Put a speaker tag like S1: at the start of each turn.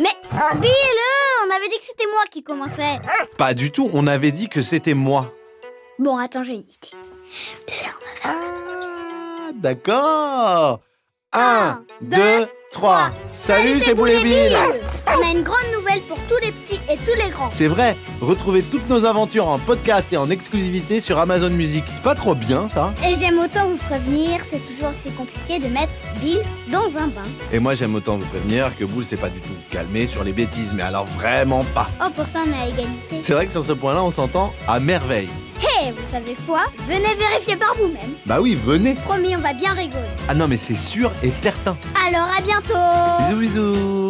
S1: Mais Bill, euh, on avait dit que c'était moi qui commençais.
S2: Pas du tout, on avait dit que c'était moi.
S1: Bon, attends, j'ai une idée. Tu sais, on va faire
S2: Ah, d'accord Un, deux, trois. Salut, c'est
S1: Boule et
S2: Boulet Bill
S1: On a une grande nouvelle pour tous les petits et tous les grands.
S2: C'est vrai, retrouvez toutes nos aventures en podcast et en exclusivité sur Amazon Music. C'est pas trop bien ça
S1: Et j'aime autant vous prévenir, c'est toujours aussi compliqué de mettre Bill dans un bain.
S2: Et moi j'aime autant vous prévenir que Boule s'est pas du tout calmé sur les bêtises, mais alors vraiment pas.
S1: Oh, pour ça, on est à égalité.
S2: C'est vrai que sur ce point-là, on s'entend à merveille.
S1: Hé, vous savez quoi Venez vérifier par vous-même.
S2: Bah oui, venez
S1: Promis, on va bien rigoler.
S2: Ah non, mais c'est sûr et certain.
S1: Alors, à bientôt
S2: Bisous, bisous